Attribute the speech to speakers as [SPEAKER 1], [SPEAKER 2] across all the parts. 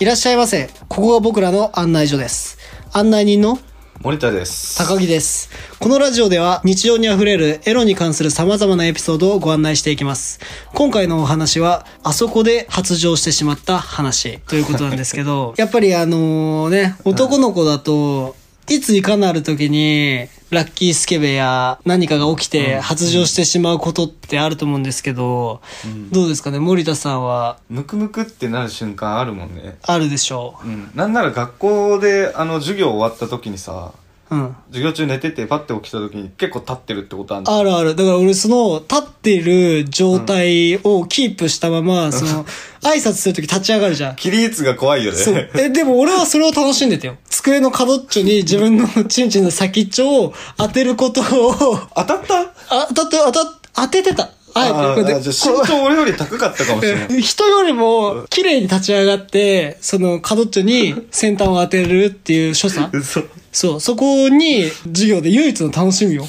[SPEAKER 1] いらっしゃいませ。ここが僕らの案内所です。案内人の
[SPEAKER 2] 森田です。
[SPEAKER 1] 高木です。このラジオでは日常にあふれるエロに関する様々なエピソードをご案内していきます。今回のお話は、あそこで発情してしまった話ということなんですけ ど、やっぱりあのね、男の子だと、いついかなる時に、ラッキースケベや何かが起きて発情してしまうことってあると思うんですけど、
[SPEAKER 2] うん
[SPEAKER 1] どうですかね森田さんは
[SPEAKER 2] ムクムクってなる瞬間あるもんね。
[SPEAKER 1] あるでしょ
[SPEAKER 2] うん。なんなら学校で、あの、授業終わった時にさ、
[SPEAKER 1] う。うん。
[SPEAKER 2] 授業中寝ててパッて起きた時に結構立ってるってことある
[SPEAKER 1] あ
[SPEAKER 2] る。
[SPEAKER 1] るある。だから俺その、立っている状態をキープしたま ま、その、挨拶するとき立ち上がるじゃん。
[SPEAKER 2] 起立が怖いよね。
[SPEAKER 1] そう。え、でも俺はそれを楽しんでたよ。机の角っちょに自分の チンチンの先っちょを当てることを、
[SPEAKER 2] 当たった
[SPEAKER 1] あ、当たって、当た、当ててた。あ
[SPEAKER 2] あ
[SPEAKER 1] え
[SPEAKER 2] ー
[SPEAKER 1] て。
[SPEAKER 2] あー、じゃあ身長俺より高かったかもしれない。
[SPEAKER 1] え人よりも綺麗に立ち上がって、その角っちょに先端を当てるっていう所作
[SPEAKER 2] 嘘。
[SPEAKER 1] そう、そこに授業で唯一の楽しみよ。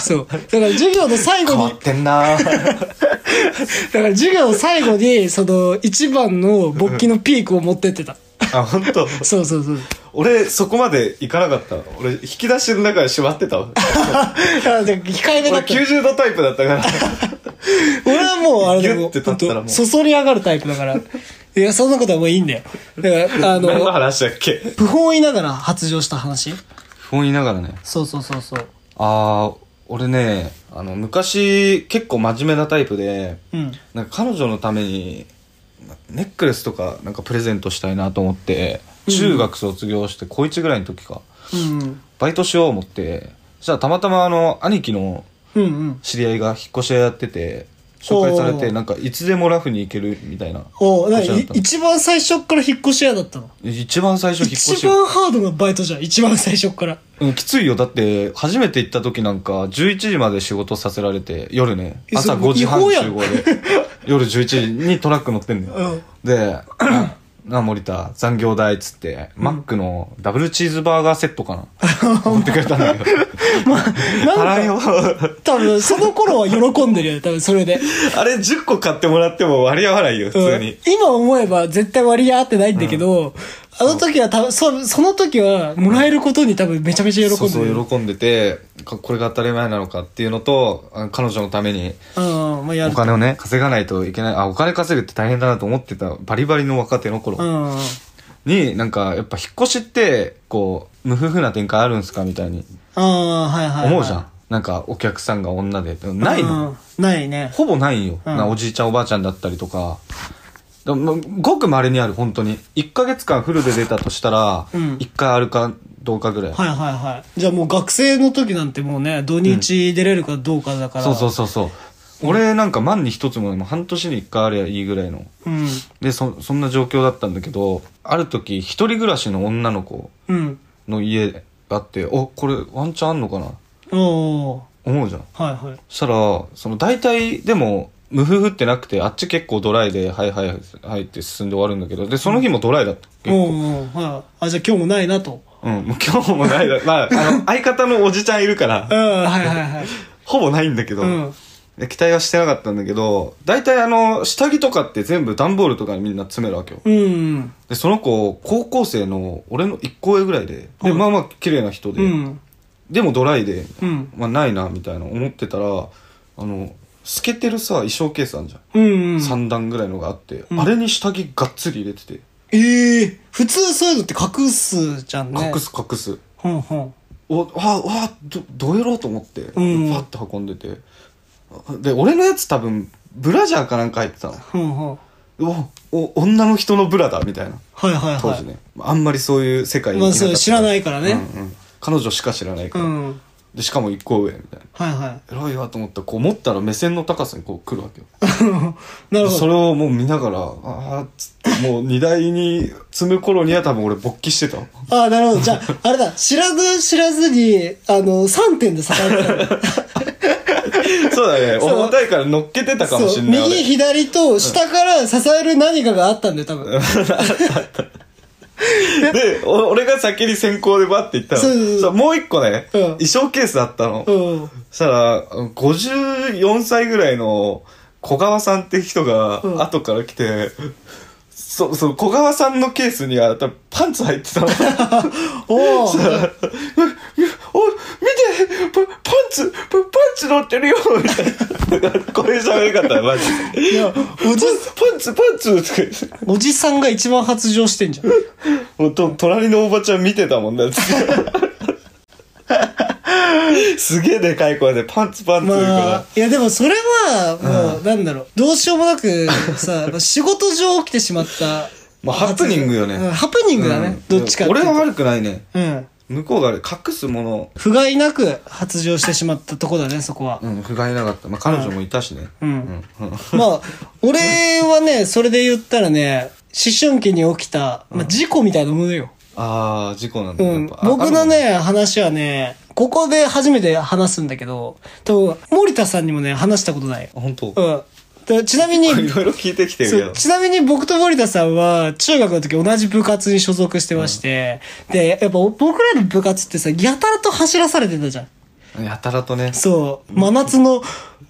[SPEAKER 1] そう。だから授業の最後
[SPEAKER 2] 変わ
[SPEAKER 1] に
[SPEAKER 2] っ、てんな ー
[SPEAKER 1] だから授業最後に、その、一番の勃起のピークを持ってってた。
[SPEAKER 2] あ、本当。
[SPEAKER 1] そうそうそう。
[SPEAKER 2] 俺、そこまで行かなかった。俺、引き出しの中で縛ってたわ。
[SPEAKER 1] あで控えめだ
[SPEAKER 2] 俺、
[SPEAKER 1] った。
[SPEAKER 2] 90度タイプだったから。
[SPEAKER 1] 俺はもう、あれで
[SPEAKER 2] ギュ
[SPEAKER 1] も
[SPEAKER 2] ッて立ったらも
[SPEAKER 1] ほ
[SPEAKER 2] う
[SPEAKER 1] んとそそり上がるタイプだから。いや、そんなことはもういいんだよ。だから、あ
[SPEAKER 2] 何の
[SPEAKER 1] の、
[SPEAKER 2] 話だっけ
[SPEAKER 1] 不本意ながら発情した話
[SPEAKER 2] 不本意ながらね。
[SPEAKER 1] そうそうそうそう。
[SPEAKER 2] ああ、俺ね、あの、昔、結構真面目なタイプで、
[SPEAKER 1] うん。
[SPEAKER 2] なんか彼女のために、なネックレスとか、なんかプレゼントしたいなと思って、中学卒業して、高1ぐらいの時か、
[SPEAKER 1] うん。
[SPEAKER 2] バイトしよう思って、そしたらたまたまあの、兄貴の
[SPEAKER 1] うんうん。
[SPEAKER 2] 知り合いが引っ越し屋やってて、紹介され
[SPEAKER 1] お
[SPEAKER 2] て、
[SPEAKER 1] ー
[SPEAKER 2] なんか、いつでもラフに行けるみたいな。
[SPEAKER 1] おうなんか
[SPEAKER 2] こっちだ
[SPEAKER 1] い
[SPEAKER 2] ったの
[SPEAKER 1] 一番最初っから引っ越し屋だったの。
[SPEAKER 2] 一番最初引っ越
[SPEAKER 1] 一
[SPEAKER 2] し、
[SPEAKER 1] 番ハードなバイトじゃん。一番最初っ から。
[SPEAKER 2] うん、きついよ。だって、初めて行った時なんか、11時まで仕事させられて、夜ね、
[SPEAKER 1] え
[SPEAKER 2] 朝
[SPEAKER 1] そ
[SPEAKER 2] 5時半
[SPEAKER 1] 違法やん
[SPEAKER 2] 集合 で、夜11時にトラック乗ってんだよ。
[SPEAKER 1] うん
[SPEAKER 2] で、 あなあ、森田、残業代っつって、マックのダブルチーズバーガーセットか な。持ってくれたんだけど。
[SPEAKER 1] なん
[SPEAKER 2] 払い
[SPEAKER 1] か、
[SPEAKER 2] を。
[SPEAKER 1] 多分その頃は喜んでるよね。多分それで。
[SPEAKER 2] あれ10個買ってもらっても割り合わないよ、普通
[SPEAKER 1] うん
[SPEAKER 2] に。
[SPEAKER 1] 今思えば絶対割り合ってないんだけど、あの時は多分そ、その時はもらえることに多分めちゃめちゃ喜んでる。
[SPEAKER 2] そうそう、喜んでて、かこれが当たり前なのかっていうのと、あ彼女のために、
[SPEAKER 1] うん、まあや
[SPEAKER 2] お
[SPEAKER 1] る。
[SPEAKER 2] 金をね、稼がないといけない。あ、お金稼ぐって大変だなと思ってた、バリバリの若手の頃。
[SPEAKER 1] うん。うん
[SPEAKER 2] に、なんか、やっぱ引っ越しって、こう、無夫婦な展開あるんすかみたいに
[SPEAKER 1] ああ、はいはい、はい。
[SPEAKER 2] 思うじゃん。なんか、お客さんが女で。でもないの、
[SPEAKER 1] うんないね。
[SPEAKER 2] ほぼないんよ。
[SPEAKER 1] うん
[SPEAKER 2] なおじいちゃんおばあちゃんだったりとか。でもごく稀にある、本当に。1ヶ月間フルで出たとしたら、
[SPEAKER 1] うん
[SPEAKER 2] 1回あるかどうかぐらい。
[SPEAKER 1] はいはいはい。じゃあもう学生の時なんてもうね、土日出れるかどうかだから。
[SPEAKER 2] そうそうそうそう。俺なんか万に一つも、もう半年に1回ありゃいいぐらいの。
[SPEAKER 1] う。うん。
[SPEAKER 2] で、そ、そんな状況だったんだけど、ある時、一人暮らしの女の子
[SPEAKER 1] うん。
[SPEAKER 2] の家があって、お、これワンチャンあんのかな
[SPEAKER 1] おー。
[SPEAKER 2] 思うじゃん。
[SPEAKER 1] はいはい。
[SPEAKER 2] そしたら、その大体でも、無夫婦ってなくて、あっち結構ドライで、はいはいはいって進んで終わるんだけど、で、その日もドライだった。
[SPEAKER 1] おーおーはい。あ、じゃあ今日もないなと。
[SPEAKER 2] うん、もう今日もないだ。まあ、あの、相方のおじちゃんいるか
[SPEAKER 1] う
[SPEAKER 2] ら、
[SPEAKER 1] ん、はいはいはい。
[SPEAKER 2] ほぼないん だけど、
[SPEAKER 1] うん。
[SPEAKER 2] で期待はしてなかったんだけど、大体あの、下着とかって全部段ボールとかにみんな詰めるわけよ。
[SPEAKER 1] うん。
[SPEAKER 2] で、その子、高校生の、俺の1校上ぐらいで、
[SPEAKER 1] はい
[SPEAKER 2] で、まあまあ綺麗な人で、
[SPEAKER 1] うん。
[SPEAKER 2] でもドライで、
[SPEAKER 1] うん。
[SPEAKER 2] まあないな、みたいな思ってたら、あの、透けてるさ、衣装ケースあんじゃん。
[SPEAKER 1] うん。
[SPEAKER 2] 三段ぐらいのがあって、
[SPEAKER 1] うん
[SPEAKER 2] あれに下着がっつり入れてて、
[SPEAKER 1] ええ普通そういうのって隠すじゃんね。
[SPEAKER 2] 隠。す隠す。
[SPEAKER 1] ほんほん。
[SPEAKER 2] お、あ、あ、ど、どやろうと思って、
[SPEAKER 1] ん
[SPEAKER 2] パッて運んでて。で、俺のやつ多分、ブラジャーかなんか入ってたの。
[SPEAKER 1] ほんほん。
[SPEAKER 2] お、お、女の人のブラだ、みたいな。
[SPEAKER 1] はいはいはい。
[SPEAKER 2] 当時ね。あんまりそういう世界に
[SPEAKER 1] まあ
[SPEAKER 2] 生き
[SPEAKER 1] そう
[SPEAKER 2] なかった
[SPEAKER 1] 知らないからね
[SPEAKER 2] うんうん彼女しか知らないか
[SPEAKER 1] う
[SPEAKER 2] ら。
[SPEAKER 1] ん。
[SPEAKER 2] で、しかも一個上、みたいな。
[SPEAKER 1] はいは
[SPEAKER 2] 偉いわと思ったら、こう持ったら目線の高さにこう来るわけよ。
[SPEAKER 1] い。なる
[SPEAKER 2] で
[SPEAKER 1] ほ
[SPEAKER 2] そ
[SPEAKER 1] ど。
[SPEAKER 2] れをもう見ながら、ああ、つって、もう荷台に積む頃には多分俺勃起してたわ。
[SPEAKER 1] ああ、なるほど。じゃ あ、あれだ、知らず知らずに、あの、3点で栄えてた。
[SPEAKER 2] そうだね。
[SPEAKER 1] そう
[SPEAKER 2] 重たいから乗っけてたかもし
[SPEAKER 1] そうん
[SPEAKER 2] ない。
[SPEAKER 1] 右、
[SPEAKER 2] 俺
[SPEAKER 1] 左と、下から支える何かがあったんだよ、多分。
[SPEAKER 2] で、お俺が先に先行でバッて行ったの。
[SPEAKER 1] そうそうそう
[SPEAKER 2] したらもう一個ね、
[SPEAKER 1] うん
[SPEAKER 2] 衣装ケースあったの。
[SPEAKER 1] うん。
[SPEAKER 2] そしたら、54歳ぐらいの小川さんって人が
[SPEAKER 1] うん
[SPEAKER 2] 後から来て、そう、そう、小川さんのケースには、多分パンツ 入ってたの。
[SPEAKER 1] おお
[SPEAKER 2] さあいやお見てパパンツパパンツ乗ってる よみたいな。こういう喋り方、マジで。
[SPEAKER 1] いや、おじ、
[SPEAKER 2] パンツ、パンツとか言って
[SPEAKER 1] おじさんが一番発情してんじゃ ん。
[SPEAKER 2] もうと、隣のおばちゃん見てた もんだって。すげえでかい声でパンツパンツ言うから、
[SPEAKER 1] まあ、いやでもそれは、もう、なんだろう、どうしようもなく、さ、まあ仕事上起きてしまった。
[SPEAKER 2] まあハプニングよね
[SPEAKER 1] うんハプニングだね。
[SPEAKER 2] うん
[SPEAKER 1] どっちかってい
[SPEAKER 2] 俺
[SPEAKER 1] うと
[SPEAKER 2] は悪くないね。
[SPEAKER 1] うん。
[SPEAKER 2] 向こうがあれ隠すもの、
[SPEAKER 1] 不甲斐なく発情してしまったとこだね、そこは。
[SPEAKER 2] うん、不甲斐なかった。まあ彼女もいたしね。
[SPEAKER 1] うん
[SPEAKER 2] うん
[SPEAKER 1] まあ、俺はね、それで言ったらね、思春期に起きた、まあ、事故みたいなものよ。
[SPEAKER 2] ああ、事故なんだ、
[SPEAKER 1] う
[SPEAKER 2] や
[SPEAKER 1] ん
[SPEAKER 2] っぱ。。
[SPEAKER 1] 僕の
[SPEAKER 2] あ、
[SPEAKER 1] ね、話はね、ここで初めて話すんだけど、多分、森田さんにもね、話したことないよ
[SPEAKER 2] あ。本当。
[SPEAKER 1] うんで。ちなみに、
[SPEAKER 2] いろいろ聞いてきてる
[SPEAKER 1] そ
[SPEAKER 2] よ
[SPEAKER 1] う。ちなみに僕と森田さんは中学の時同じ部活に所属してまして、で、やっぱ僕らの部活ってさ、やたらと走らされてたじゃん。
[SPEAKER 2] やたらとね。
[SPEAKER 1] そう。真夏の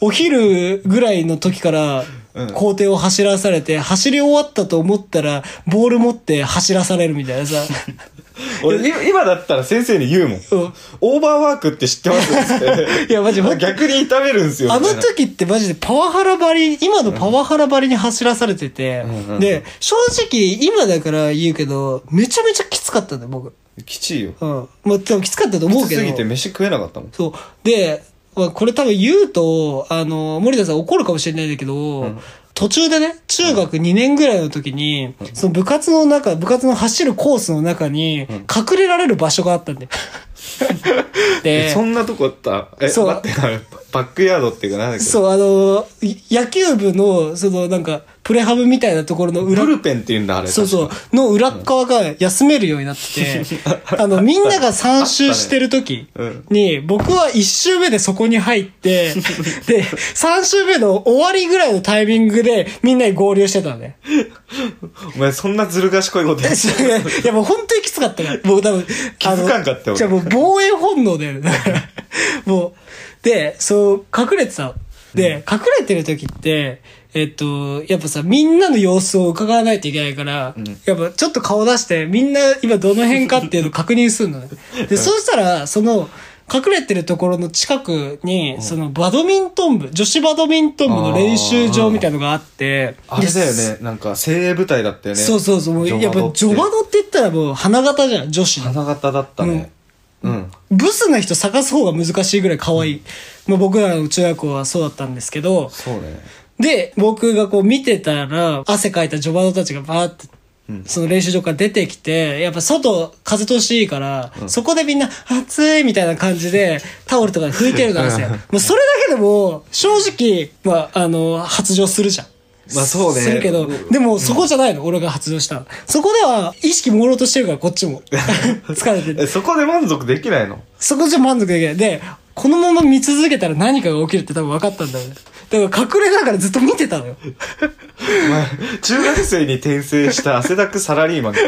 [SPEAKER 1] お昼ぐらいの時から
[SPEAKER 2] うん、
[SPEAKER 1] 校庭を走らされて、走り終わったと思ったら、ボール持って走らされるみたい なさ。
[SPEAKER 2] 俺、い今だったら先生に言うもん。
[SPEAKER 1] うん
[SPEAKER 2] オーバーワークって知ってますっ
[SPEAKER 1] いや、マジ、
[SPEAKER 2] て。
[SPEAKER 1] 本当
[SPEAKER 2] 逆に痛めるんですよ。
[SPEAKER 1] あの
[SPEAKER 2] みたい
[SPEAKER 1] 時ってマジでパワハラばり、今のパワハラばりに走らされてて
[SPEAKER 2] んうんう、ん
[SPEAKER 1] で、正直今だから言うけど、めちゃめちゃきつかったんだよ、僕。
[SPEAKER 2] なきちいよ。
[SPEAKER 1] うん。まあ、多分きつかったと思
[SPEAKER 2] き
[SPEAKER 1] うけ
[SPEAKER 2] つ
[SPEAKER 1] ど。
[SPEAKER 2] すぎて飯食えなかったもん。
[SPEAKER 1] そう。で、まあこれ多分言うと、あの、森田さん怒るかもしれないんだけど、途中でね、中学2年ぐらいの時に、その部活の中、部活の走るコースの中に、隠れられる場所があったん で。
[SPEAKER 2] え
[SPEAKER 1] で
[SPEAKER 2] そ、んなとこあったえ、
[SPEAKER 1] そう
[SPEAKER 2] 待って、あれバックヤードっていうかなんだっけ
[SPEAKER 1] そう、あの、い野球部の、そのなんか、プレハブみたいなところの
[SPEAKER 2] ブ
[SPEAKER 1] 裏
[SPEAKER 2] ルペンって言うんだ、あれ。
[SPEAKER 1] そうそう
[SPEAKER 2] 確か。
[SPEAKER 1] の裏っ側が休めるようになってて、あの、みんなが3周してる時に、僕は1周目でそこに入って、で、3周目の終わりぐらいのタイミングでみんなに合流してたのね。
[SPEAKER 2] お前、そんなずる賢いことやっ
[SPEAKER 1] いや、もう本当にきつかったから。もう多分、気
[SPEAKER 2] づかんかったよ俺
[SPEAKER 1] じゃあもう防衛本能だよね。 だからもう、で、そう、隠れてたの。で、隠れてる時って、えっと、やっぱさ、みんなの様子を伺わないといけないから、やっぱちょっと顔出して、みんな今どの辺かっていうのを確認するのね。で、そうしたら、その、隠れてるところの近くに、そのバドミントン部、女子バドミントン部の練習場みたいのがあって、
[SPEAKER 2] あれだよね。なんか、精鋭部隊だったよね。
[SPEAKER 1] そうそうそう。もうやっぱ、ジョバ
[SPEAKER 2] の。
[SPEAKER 1] ドって言ったらもう、花形じゃん、女子の。
[SPEAKER 2] 花形だったね。うん。
[SPEAKER 1] ブスな人探す方が難しいぐらい可愛い。まあ僕らの中学校はそうだったんですけど、
[SPEAKER 2] そうね。
[SPEAKER 1] で、僕がこう見てたら、汗かいたジョバドたちがバーって、その練習場から出てきて、やっぱ外、風通しいいから、そこでみんな、暑いみたいな感じで、タオルとかで拭いてるからですよ。
[SPEAKER 2] うん
[SPEAKER 1] もうそれだけでも、正直、まあ、あの、発情するじゃん。
[SPEAKER 2] まあそうね
[SPEAKER 1] するけど、でもそこじゃないの、俺が発情したの。そこでは、意識朦朧としてるから、こっちも。 疲れて
[SPEAKER 2] え、
[SPEAKER 1] て。
[SPEAKER 2] そこで満足できないの
[SPEAKER 1] そこじゃ満足できない。で、このまま見続けたら何かが起きるって多分分かったんだよね。だから隠れながらずっと見てたのよ。
[SPEAKER 2] お前中学生に転生した汗だくサラリーマ ンか。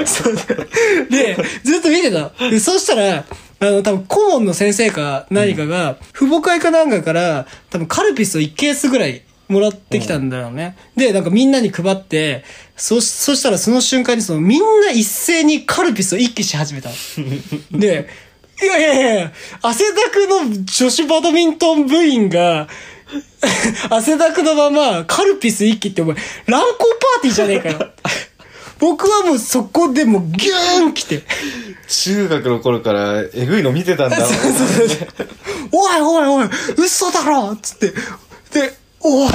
[SPEAKER 1] で、ずっと見てたの。で、そしたら、あの、多分顧問の先生か何かが、父母会かなんかから、多分カルピスを1ケースぐらいもらってきたんだろうね。で、なんかみんなに配って、そ、そしたらその瞬間にそのみんな一斉にカルピスを一気し始めたの。で、いやいやいや、汗だくの女子バドミントン部員が、 汗だくのままカルピス一気ってお前、乱行パーティーじゃねえかよ。僕はもうそこでもうギューン来て。
[SPEAKER 2] 中学の頃からえぐいの見てたんだ。
[SPEAKER 1] おいおいおい、嘘だろっつって。で、おぉ、は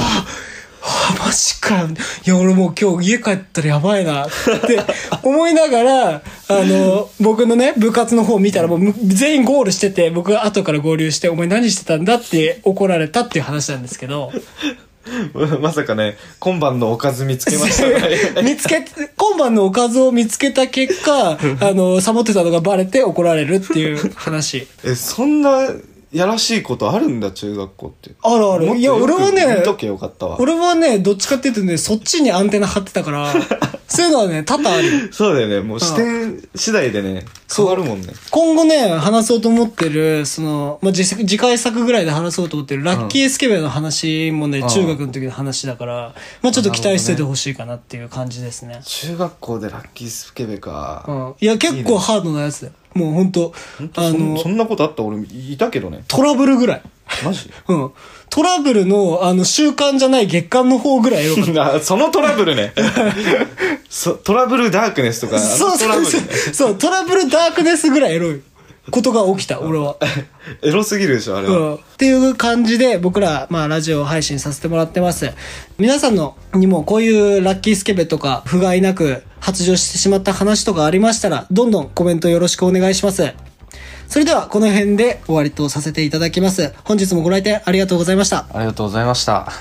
[SPEAKER 1] あマジかよ。いや、俺もう今日家帰ったらやばいな。って思いながら、あの、僕のね、部活の方見たらもうむ全員ゴールしてて、僕が後から合流して、お前何してたんだって怒られたっていう話なんですけど。
[SPEAKER 2] まさかね、今晩のおかず見つけましたね。
[SPEAKER 1] 見つけ、今晩のおかずを見つけた結果、あの、サボってたのがバレて怒られるっていう 話。
[SPEAKER 2] え、そんなやらしいことあるんだ、中学校って。
[SPEAKER 1] あるある
[SPEAKER 2] もっと
[SPEAKER 1] いや俺はね
[SPEAKER 2] よく見とけよかったわ。
[SPEAKER 1] 俺はね、どっちかっていうとね、そっちにアンテナ張ってたから、そういうのはね、多々あるよ。
[SPEAKER 2] そうだよね。もう視点次第でね、変わるもんね。
[SPEAKER 1] 今後ね、話そうと思ってる、その、まあ、次次回作ぐらいで話そうと思ってる、ラッキースケベの話もね、
[SPEAKER 2] うん
[SPEAKER 1] 中学の時の話だから、まあ、ちょっと期待しててほしいかなっていう感じですね。
[SPEAKER 2] 中学校でラッキースケベか。
[SPEAKER 1] うん。いや、結構ハードなやつだよ。もうほんと、あ
[SPEAKER 2] そんそ
[SPEAKER 1] の、
[SPEAKER 2] んなことあった俺いたけどね。
[SPEAKER 1] トラブルぐらい。
[SPEAKER 2] マジ
[SPEAKER 1] うん。トラブルの、あの、週刊じゃない月刊の方ぐらいよかっ
[SPEAKER 2] あそのトラブ ルね。そトラブルダークネスとか、
[SPEAKER 1] た。
[SPEAKER 2] あ
[SPEAKER 1] そう
[SPEAKER 2] のトラ
[SPEAKER 1] そう
[SPEAKER 2] ブル
[SPEAKER 1] そう
[SPEAKER 2] ね。。
[SPEAKER 1] そう、トラブルダークネスぐらいエロいことが起きた、俺は。
[SPEAKER 2] エロすぎるでしょ、あれ
[SPEAKER 1] う
[SPEAKER 2] は。
[SPEAKER 1] ん。っていう感じで、僕ら、まあ、ラジオを配信させてもらってます。皆さんの、にも、こういうラッキースケベとか、不甲斐なく発情してしまった話とかありましたら、どんどんコメントよろしくお願いします。それでは、この辺で終わりとさせていただきます。本日もご来店ありがとうございました。
[SPEAKER 2] ありがとうございました。